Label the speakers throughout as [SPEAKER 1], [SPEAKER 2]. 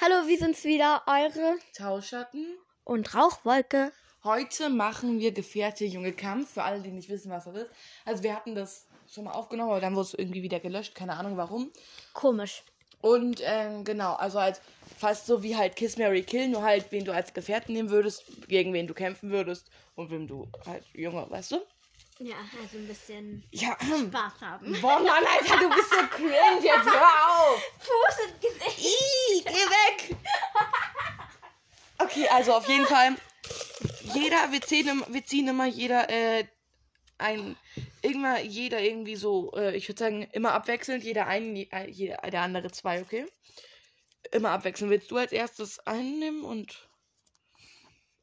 [SPEAKER 1] Hallo, wir sind's wieder, eure
[SPEAKER 2] Tauschatten.
[SPEAKER 1] und Rauchwolke.
[SPEAKER 2] Heute machen wir Gefährte Junge Kampf, für alle, die nicht wissen, was das ist. Also wir hatten das schon mal aufgenommen, aber dann wurde es irgendwie wieder gelöscht, keine Ahnung warum.
[SPEAKER 1] Komisch.
[SPEAKER 2] Und ähm, genau, also halt fast so wie halt Kiss Mary Kill, nur halt wen du als Gefährten nehmen würdest, gegen wen du kämpfen würdest und wem du halt Junge, weißt du?
[SPEAKER 1] Ja, also ein bisschen
[SPEAKER 2] Ja.
[SPEAKER 1] Spaß haben.
[SPEAKER 2] Boah, Mann, Alter, du bist so cringe, jetzt hör auf!
[SPEAKER 1] Fuß ins Gesicht.
[SPEAKER 2] Ih, geh weg! Okay, also auf jeden Fall. Jeder, wir ziehen, im- wir ziehen immer jeder äh, ein. Immer jeder irgendwie so, äh, ich würde sagen, immer abwechselnd, jeder einen, je- ein- jeder, der andere zwei, okay? Immer abwechselnd. Willst du als erstes einnehmen und.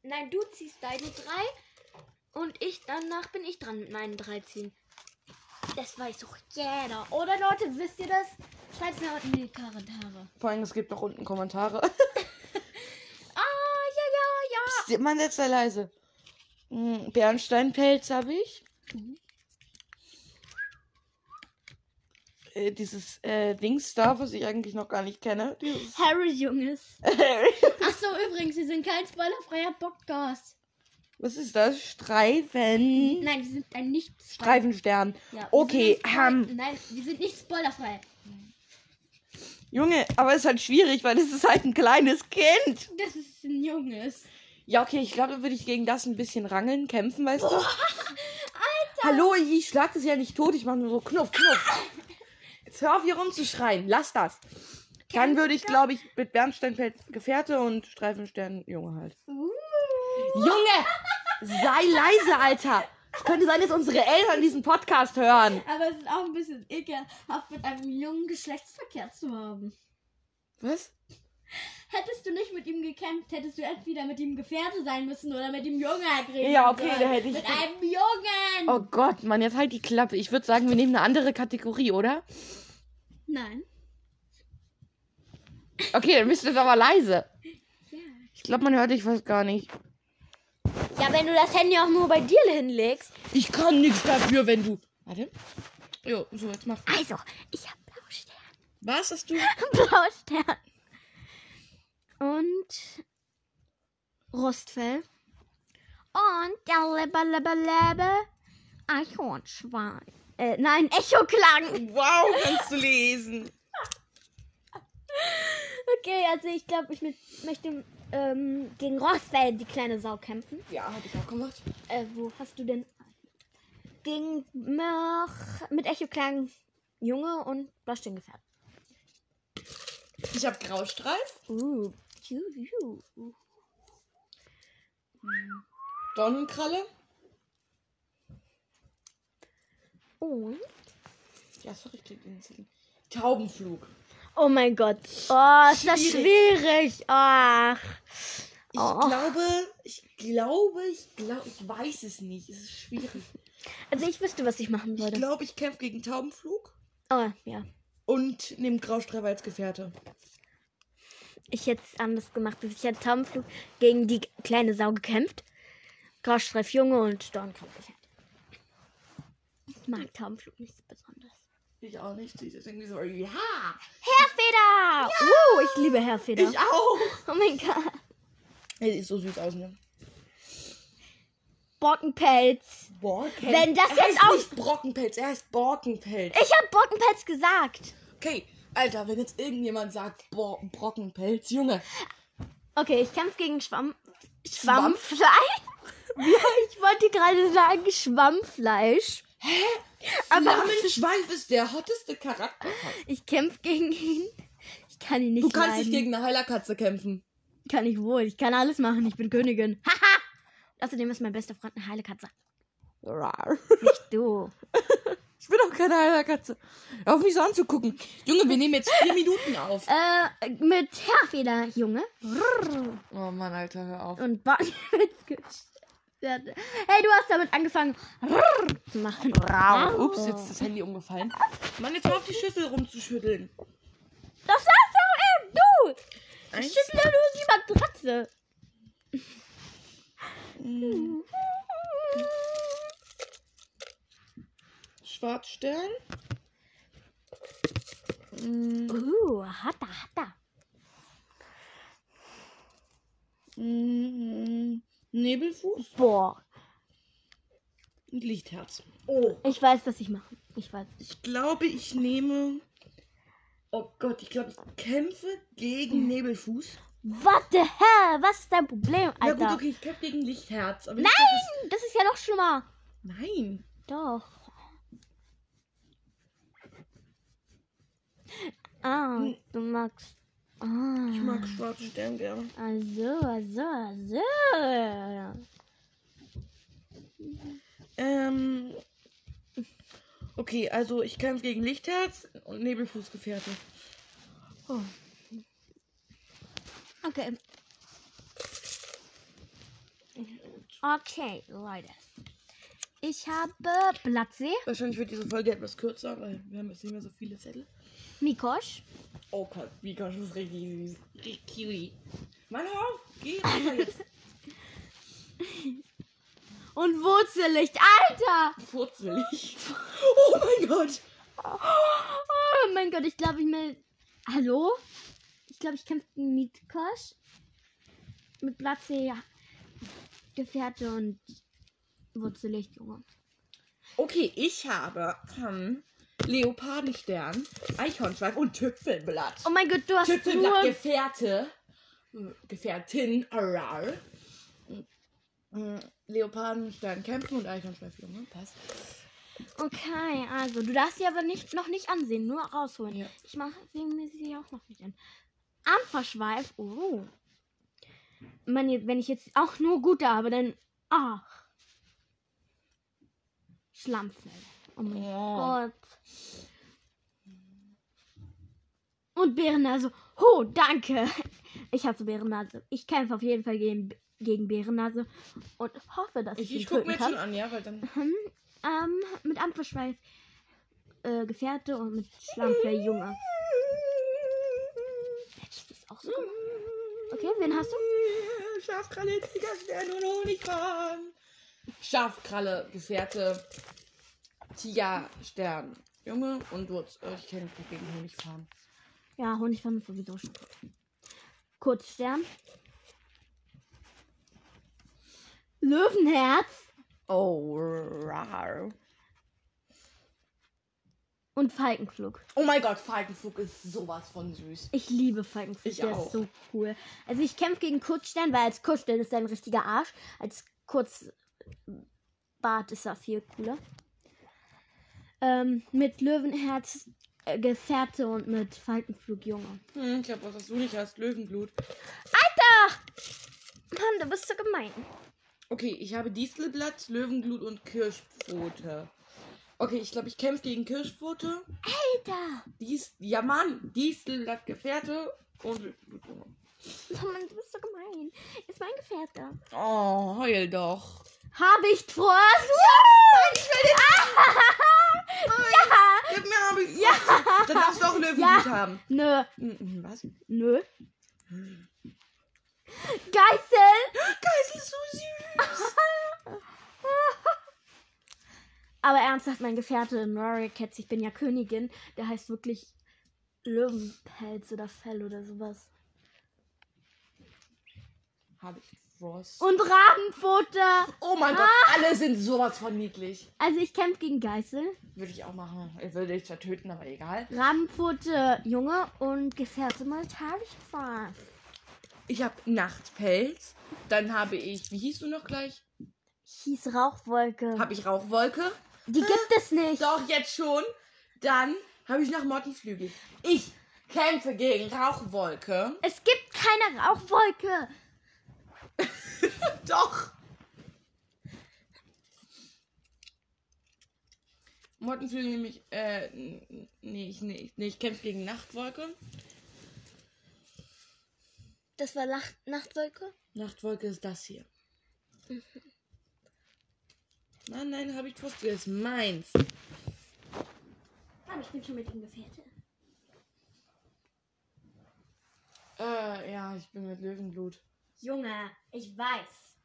[SPEAKER 1] Nein, du ziehst deine drei und ich danach bin ich dran mit meinen 13. Das weiß doch jeder. Oder Leute, wisst ihr das? Schreibt mir unten in die Kommentare.
[SPEAKER 2] Vor allem, es gibt noch unten Kommentare.
[SPEAKER 1] Ah, ja, ja, ja.
[SPEAKER 2] Man setzt da leise. Mm, Bernsteinpelz habe ich. Äh, dieses äh, Dings da, was ich eigentlich noch gar nicht kenne. Dieses
[SPEAKER 1] Harry Junges.
[SPEAKER 2] Harry.
[SPEAKER 1] Ach so, übrigens, wir sind kein spoilerfreier Podcast.
[SPEAKER 2] Was ist das? Streifen.
[SPEAKER 1] Nein, wir sind ein nicht
[SPEAKER 2] Streifenstern.
[SPEAKER 1] Ja, wir sind
[SPEAKER 2] okay,
[SPEAKER 1] nicht spoil-
[SPEAKER 2] ähm,
[SPEAKER 1] Nein, wir sind nicht spoilerfrei.
[SPEAKER 2] Junge, aber ist halt schwierig, weil das ist halt ein kleines Kind.
[SPEAKER 1] Das ist ein Junges.
[SPEAKER 2] Ja, okay, ich glaube, dann würde ich gegen das ein bisschen rangeln, kämpfen, weißt du? Hallo, ich schlag das ja nicht tot, ich mache nur so Knuff, Knuff. Jetzt hör auf, hier rumzuschreien, lass das. Dann würde ich, glaube ich, mit Bernsteinfeld Gefährte und Streifenstern Junge halt.
[SPEAKER 1] Uh.
[SPEAKER 2] Junge, sei leise, Alter. Es könnte sein, dass unsere Eltern diesen Podcast hören.
[SPEAKER 1] Aber es ist auch ein bisschen ekelhaft, mit einem Jungen Geschlechtsverkehr zu haben.
[SPEAKER 2] Was?
[SPEAKER 1] Hättest du nicht mit ihm gekämpft, hättest du entweder mit ihm Gefährte sein müssen oder mit dem Jungen reden
[SPEAKER 2] Ja, okay,
[SPEAKER 1] sollen.
[SPEAKER 2] da hätte ich-
[SPEAKER 1] Mit einem Jungen!
[SPEAKER 2] Oh Gott, Mann, jetzt halt die Klappe. Ich würde sagen, wir nehmen eine andere Kategorie, oder?
[SPEAKER 1] Nein.
[SPEAKER 2] Okay, dann bist du jetzt aber leise.
[SPEAKER 1] Ja.
[SPEAKER 2] Ich glaube, man hört dich fast gar nicht.
[SPEAKER 1] ja, wenn du das Handy auch nur bei dir hinlegst.
[SPEAKER 2] Ich kann nichts dafür, wenn du. Warte. Jo, so, jetzt mach.
[SPEAKER 1] Also, ich hab Blaustern.
[SPEAKER 2] Was hast du?
[SPEAKER 1] Blaustern. Und Rostfell. Und der Lebe, Lebe, Lebe. Eichhornschwein. Äh, nein, Echoklang.
[SPEAKER 2] Wow, kannst du lesen.
[SPEAKER 1] Okay, also ich glaube, ich mit, möchte ähm, gegen Rostfell, die kleine Sau, kämpfen.
[SPEAKER 2] Ja, hab ich auch gemacht.
[SPEAKER 1] Äh, wo hast du denn? Gegen Mach, mit Echoklang Junge und Blaustern-Gefährt.
[SPEAKER 2] Ich hab Graustreif,
[SPEAKER 1] Uh, juhu.
[SPEAKER 2] Dornenkralle.
[SPEAKER 1] Und
[SPEAKER 2] Ja, sorry, ich krieg den Zettel. Taubenflug.
[SPEAKER 1] Oh mein Gott. Oh, ist das
[SPEAKER 2] Schwierig.
[SPEAKER 1] schwierig. Ach.
[SPEAKER 2] Ich
[SPEAKER 1] Oh.
[SPEAKER 2] glaube, ich glaube, ich glaube, ich weiß es nicht. Es ist schwierig.
[SPEAKER 1] Also ich wüsste, was ich machen
[SPEAKER 2] Ich
[SPEAKER 1] würde.
[SPEAKER 2] glaube, ich kämpfe gegen Taubenflug
[SPEAKER 1] Oh, ja.
[SPEAKER 2] und nehme Graustreifer als Gefährte.
[SPEAKER 1] Ich hätte es anders gemacht. Ich hätte Taubenflug gegen die kleine Sau gekämpft. Grauschreif Junge und Stornkampf gefährdet. Ich mag Taubenflug nicht so besonders.
[SPEAKER 2] Ich auch nicht. Sie ist irgendwie so, ja,
[SPEAKER 1] Herr Feder! Uh, ich liebe Herr Feder.
[SPEAKER 2] ich auch.
[SPEAKER 1] Oh mein Gott.
[SPEAKER 2] Er sieht so süß aus, ne?
[SPEAKER 1] Borkenpelz.
[SPEAKER 2] Borkenpelz.
[SPEAKER 1] Wenn das
[SPEAKER 2] er
[SPEAKER 1] jetzt
[SPEAKER 2] heißt
[SPEAKER 1] auch-
[SPEAKER 2] nicht Brockenpelz, er heißt Borkenpelz.
[SPEAKER 1] Ich habe Borkenpelz gesagt.
[SPEAKER 2] Okay, Alter, wenn jetzt irgendjemand sagt Bo Brockenpelz, Junge.
[SPEAKER 1] Okay, ich kämpfe gegen Schwamm.
[SPEAKER 2] Schwamm?
[SPEAKER 1] Schwammfleisch? Ja, ich wollte gerade sagen Schwammfleisch. Aber
[SPEAKER 2] Flammenschweif ist der hotteste Charakter.
[SPEAKER 1] ich kämpfe gegen ihn. Ich kann ihn nicht
[SPEAKER 2] Du kannst
[SPEAKER 1] leiden.
[SPEAKER 2] nicht gegen eine Heilerkatze kämpfen.
[SPEAKER 1] Kann ich wohl. Ich kann alles machen. Ich bin Königin. Haha! Außerdem ist mein bester Freund eine heile Katze.
[SPEAKER 2] Rar.
[SPEAKER 1] Nicht du.
[SPEAKER 2] Ich bin doch keine Heilerkatze. Hör auf mich so anzugucken. Junge, wir nehmen jetzt vier Minuten auf.
[SPEAKER 1] Äh, mit Herrfeder, Junge.
[SPEAKER 2] Oh Mann, Alter, hör auf.
[SPEAKER 1] Und Barney wird's gesch- Hey, du hast damit angefangen zu machen.
[SPEAKER 2] Rau. Ah. Ups, jetzt ist das Handy umgefallen. Mann, jetzt hör auf die Schüssel rumzuschütteln.
[SPEAKER 1] Das sagst doch eben du!
[SPEAKER 2] Eins.
[SPEAKER 1] Schüttel doch nur die Matratze.
[SPEAKER 2] Schwarzstern. Mm,
[SPEAKER 1] Uh, hatta, hatta.
[SPEAKER 2] Mhm. mm, Nebelfuß
[SPEAKER 1] Boah.
[SPEAKER 2] und Lichtherz.
[SPEAKER 1] Oh. Ich weiß, was ich mache. Ich weiß.
[SPEAKER 2] Ich glaube, ich nehme. Oh Gott, ich glaube, ich kämpfe
[SPEAKER 1] Hm.
[SPEAKER 2] gegen Nebelfuß.
[SPEAKER 1] What the hell? Was ist dein Problem,
[SPEAKER 2] Na
[SPEAKER 1] Alter?
[SPEAKER 2] gut, okay, ich kämpfe gegen Lichtherz. Aber
[SPEAKER 1] Nein!
[SPEAKER 2] Ich glaub,
[SPEAKER 1] Das ist ja noch schlimmer.
[SPEAKER 2] das- nein!
[SPEAKER 1] Doch. Ah,
[SPEAKER 2] Hm.
[SPEAKER 1] du magst. Ah.
[SPEAKER 2] Ich mag schwarze Sterne gerne.
[SPEAKER 1] Also, also, also.
[SPEAKER 2] Ähm. Okay, also ich kämpfe gegen Lichtherz und Nebelfußgefährte.
[SPEAKER 1] Oh. Okay. Okay, Leute. Ich habe Blattsee,
[SPEAKER 2] Wahrscheinlich wird diese Folge etwas kürzer, weil wir haben jetzt nicht mehr so viele Zettel.
[SPEAKER 1] Mikosch.
[SPEAKER 2] Oh Gott, wie kannst du das richtig süß? Richtig kiwi. Mann, hör auf! Geh runter jetzt!
[SPEAKER 1] Und Wurzellicht. Alter!
[SPEAKER 2] Furzelig. Oh mein Gott!
[SPEAKER 1] Oh mein Gott, ich glaube, ich mit. Hallo? Ich glaube, ich kämpfe mit Kosch. Mit Blattsee, ja. Gefährte und Wurzellicht, Junge.
[SPEAKER 2] Okay, ich habe ähm, Leopardenstern, Eichhornschweif und Tüpfelblatt.
[SPEAKER 1] Oh mein Gott, du hast
[SPEAKER 2] Tüpfelblatt
[SPEAKER 1] nur.
[SPEAKER 2] Gefährte. äh, Gefährtin. Arar. Mm, Leopardenstern kämpfen und Eichhornschweif, Junge. Passt.
[SPEAKER 1] Okay, also, du darfst sie aber nicht, noch nicht ansehen, nur rausholen.
[SPEAKER 2] Ja.
[SPEAKER 1] Ich mache mir sie auch noch nicht an. Armverschweif, oh. Mann, jetzt- wenn ich jetzt auch nur gute habe, dann. Ach. Schlammfell. Oh mein
[SPEAKER 2] Oh.
[SPEAKER 1] Gott. Und Bärennase. Oh, danke. Ich hasse Bärennase. Ich kämpfe auf jeden Fall gegen, gegen Bärennase und hoffe, dass ich,
[SPEAKER 2] Ich,
[SPEAKER 1] ihn
[SPEAKER 2] ich guck mir
[SPEAKER 1] töten
[SPEAKER 2] jetzt schon
[SPEAKER 1] kann.
[SPEAKER 2] an, ja, weil dann.
[SPEAKER 1] Hm, ähm, mit Ampferschweif äh, Gefährte und mit Schlammfell Junge. Ist das auch so? Okay, wen hast du?
[SPEAKER 2] Äh, Schafkralle, Tigerstern und Honigkorn. Schafkralle, Gefährte, Tigerstern, Junge und Wurz. Oh, ich kenne mich gegen Honigkorn.
[SPEAKER 1] Ja, Honigflamme ist sowieso schon. Kurzstern. Löwenherz
[SPEAKER 2] Oh, rar.
[SPEAKER 1] und Falkenflug.
[SPEAKER 2] oh mein Gott, Falkenflug ist sowas von süß.
[SPEAKER 1] Ich liebe Falkenflug.
[SPEAKER 2] Ich
[SPEAKER 1] der
[SPEAKER 2] auch.
[SPEAKER 1] ist so cool. Also ich kämpfe gegen Kurzstern, weil als Kurzstern ist er ein richtiger Arsch. Als Kurzbart ist er viel cooler. Ähm, mit Löwenherz, äh, Gefährte und mit Falkenflug, Junge.
[SPEAKER 2] Hm, ich glaube, was du nicht hast, Löwenblut.
[SPEAKER 1] Mann, du bist so gemein.
[SPEAKER 2] Okay, ich habe Distelblatt, Löwenglut und Kirschpfote. Okay, ich glaube, ich kämpfe gegen Kirschpfote.
[SPEAKER 1] Alter.
[SPEAKER 2] Dies, ja Mann, Distelblatt, Gefährte und Löwenblut. Junge.
[SPEAKER 1] Oh Mann, du bist so gemein. Ist mein Gefährte.
[SPEAKER 2] Oh, heul doch.
[SPEAKER 1] Habichtfrost. ich will den ah!
[SPEAKER 2] Gib mir aber. Ja! Dann darfst du auch Löwenblut haben.
[SPEAKER 1] Ja. Nö.
[SPEAKER 2] Mhm, Was?
[SPEAKER 1] Ah! Nö. Geißel.
[SPEAKER 2] Geisel ist so süß.
[SPEAKER 1] Aber ernsthaft, mein Gefährte in Warrior Cats, ich bin ja Königin, der heißt wirklich Löwenpelz oder Fell oder sowas.
[SPEAKER 2] Hab ich Frost.
[SPEAKER 1] Und Rabenfutter.
[SPEAKER 2] oh mein Gott, alle sind sowas von niedlich.
[SPEAKER 1] Also ich kämpfe gegen Geißel,
[SPEAKER 2] Würde ich auch machen. Ich würde dich zwar töten, aber egal.
[SPEAKER 1] Rabenpfote Junge und Gefährte Maltavichfrost.
[SPEAKER 2] Ich habe Nachtpelz. Dann habe ich, wie hieß du noch gleich?
[SPEAKER 1] Hieß Rauchwolke.
[SPEAKER 2] Habe ich Rauchwolke.
[SPEAKER 1] Die gibt es nicht.
[SPEAKER 2] Doch, jetzt schon. Dann habe ich noch Mottenflügel. Ich kämpfe gegen Rauchwolke.
[SPEAKER 1] Es gibt keine Rauchwolke.
[SPEAKER 2] Doch. Mottenflügel nehme ich. Äh, n- nee, ich, nee, ich- nee, ich kämpfe gegen Nachtwolke.
[SPEAKER 1] Das war Nacht Nachtwolke?
[SPEAKER 2] Nachtwolke ist das hier. Nein, nein, habe ich gewusst, das ist meins.
[SPEAKER 1] Aber ich bin schon mit dem Gefährte.
[SPEAKER 2] Äh, ja, ich bin mit Löwenblut.
[SPEAKER 1] Junge, ich weiß.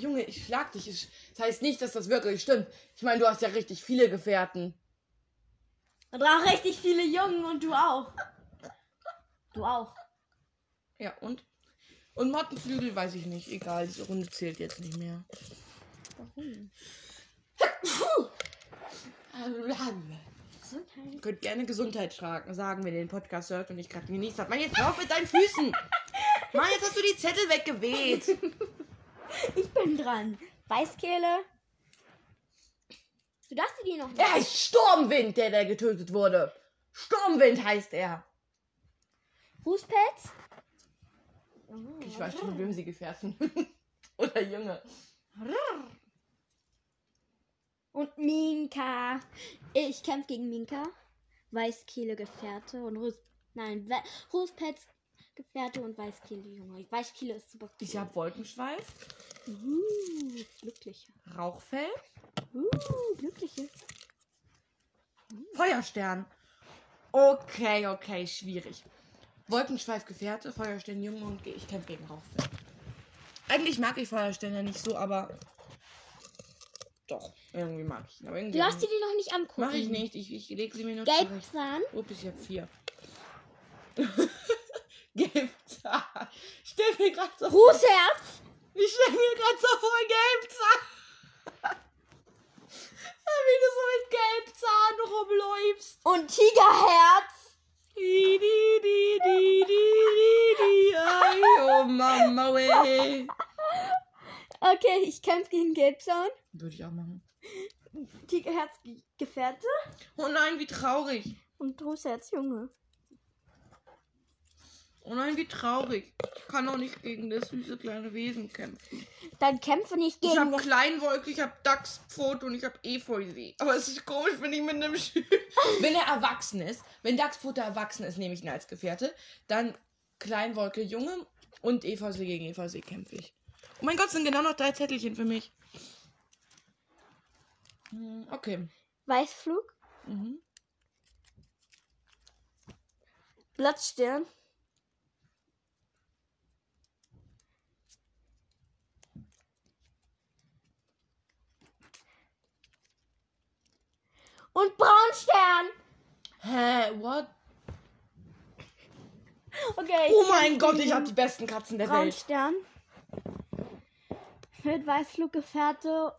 [SPEAKER 2] Junge, ich schlag dich. Ich- Das heißt nicht, dass das wirklich stimmt. Ich meine, du hast ja richtig viele Gefährten.
[SPEAKER 1] Und auch richtig viele Jungen und du auch. Du auch.
[SPEAKER 2] Ja, und? Und Mottenflügel weiß ich nicht. Egal, diese Runde zählt jetzt nicht mehr.
[SPEAKER 1] Warum?
[SPEAKER 2] Ihr könnt gerne Gesundheit schra- sagen, wenn ihr den Podcast hört und ich gerade genießt habt. Mann, jetzt hör auf mit deinen Füßen! Mann, jetzt hast du die Zettel weggeweht!
[SPEAKER 1] Ich bin dran. Weißkehle. Du darfst dir die noch nicht.
[SPEAKER 2] Er heißt Sturmwind, der der getötet wurde. Sturmwind heißt er.
[SPEAKER 1] Fußpads.
[SPEAKER 2] Ich weiß schon, mit wem sie gefährten. Oder Junge.
[SPEAKER 1] Und Minka. Ich kämpfe gegen Minka. Weißkehle Gefährte und Rus Nein, We Ruspads Gefährte und Weißkehle Junge. Weißkehle ist super.
[SPEAKER 2] Ich habe Wolkenschweif,
[SPEAKER 1] Uh, glückliche.
[SPEAKER 2] Rauchfell,
[SPEAKER 1] Uh, glückliche.
[SPEAKER 2] Feuerstern. Okay, okay, schwierig. Wolkenschweif Gefährte, Feuerstern Junge und ich kämpfe gegen Rauchfell. Eigentlich mag ich Feuerstern ja nicht so, aber doch, irgendwie mag ich ihn. Aber
[SPEAKER 1] Du
[SPEAKER 2] irgendwie
[SPEAKER 1] darfst dir die noch nicht angucken.
[SPEAKER 2] Mach ich nicht, ich, ich lege sie mir nur zurecht.
[SPEAKER 1] Gelbzahn.
[SPEAKER 2] Ups, ich hab vier. Gelbzahn. Ich stell mir gerade so vor.
[SPEAKER 1] Rußherz.
[SPEAKER 2] Ich stell mir gerade so vor, Gelbzahn. Wie du so mit Gelbzahn rumläufst.
[SPEAKER 1] Und Tigerherz.
[SPEAKER 2] Di, di, di, di, di, di, Ay, oh Mama, ey.
[SPEAKER 1] Okay, ich kämpfe gegen Gelbzahn.
[SPEAKER 2] Würde ich auch machen.
[SPEAKER 1] Tigerherz Gefährte.
[SPEAKER 2] Oh nein, wie traurig.
[SPEAKER 1] Und Rußherz Junge.
[SPEAKER 2] Oh nein, wie traurig. Ich kann doch nicht gegen das süße kleine Wesen kämpfen.
[SPEAKER 1] Dann kämpfe nicht
[SPEAKER 2] Ich
[SPEAKER 1] gegen
[SPEAKER 2] habe Kleinwolke, ich habe Dachspfot und ich habe Efeusee. Aber es ist komisch, wenn ich mit einem Schüler. Wenn er erwachsen ist, wenn Dachspfote erwachsen ist, nehme ich ihn als Gefährte. Dann Kleinwolke Junge und Efeusee gegen Efeusee kämpfe ich. Oh mein Gott, sind genau noch drei Zettelchen für mich. Hm, Okay.
[SPEAKER 1] Weißflug.
[SPEAKER 2] Mhm.
[SPEAKER 1] Blattstern. Und Braunstern.
[SPEAKER 2] Hä, what?
[SPEAKER 1] Okay.
[SPEAKER 2] Oh mein Gott, ich habe die besten Katzen der Welt.
[SPEAKER 1] Braunstern. Mit Weißfluggefährte.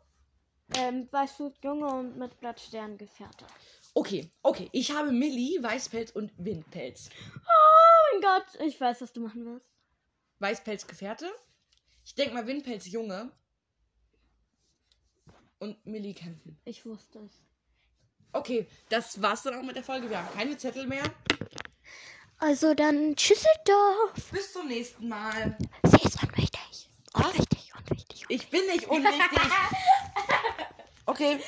[SPEAKER 1] Ähm, Weißflugjunge und mit Blattsterngefährte.
[SPEAKER 2] Okay, okay. Ich habe Millie, Weißpelz und Windpelz.
[SPEAKER 1] Oh mein Gott, ich weiß, was du machen wirst.
[SPEAKER 2] Weißpelz Gefährte. Ich denke mal Windpelz Junge. Und Millie kämpfen.
[SPEAKER 1] Ich wusste es.
[SPEAKER 2] Okay, das war's dann auch mit der Folge. Wir haben keine Zettel mehr.
[SPEAKER 1] Also dann Schüsseldorf.
[SPEAKER 2] Bis zum nächsten Mal.
[SPEAKER 1] Sie ist unwichtig. Unwichtig, unwichtig.
[SPEAKER 2] Ich bin nicht unwichtig. okay.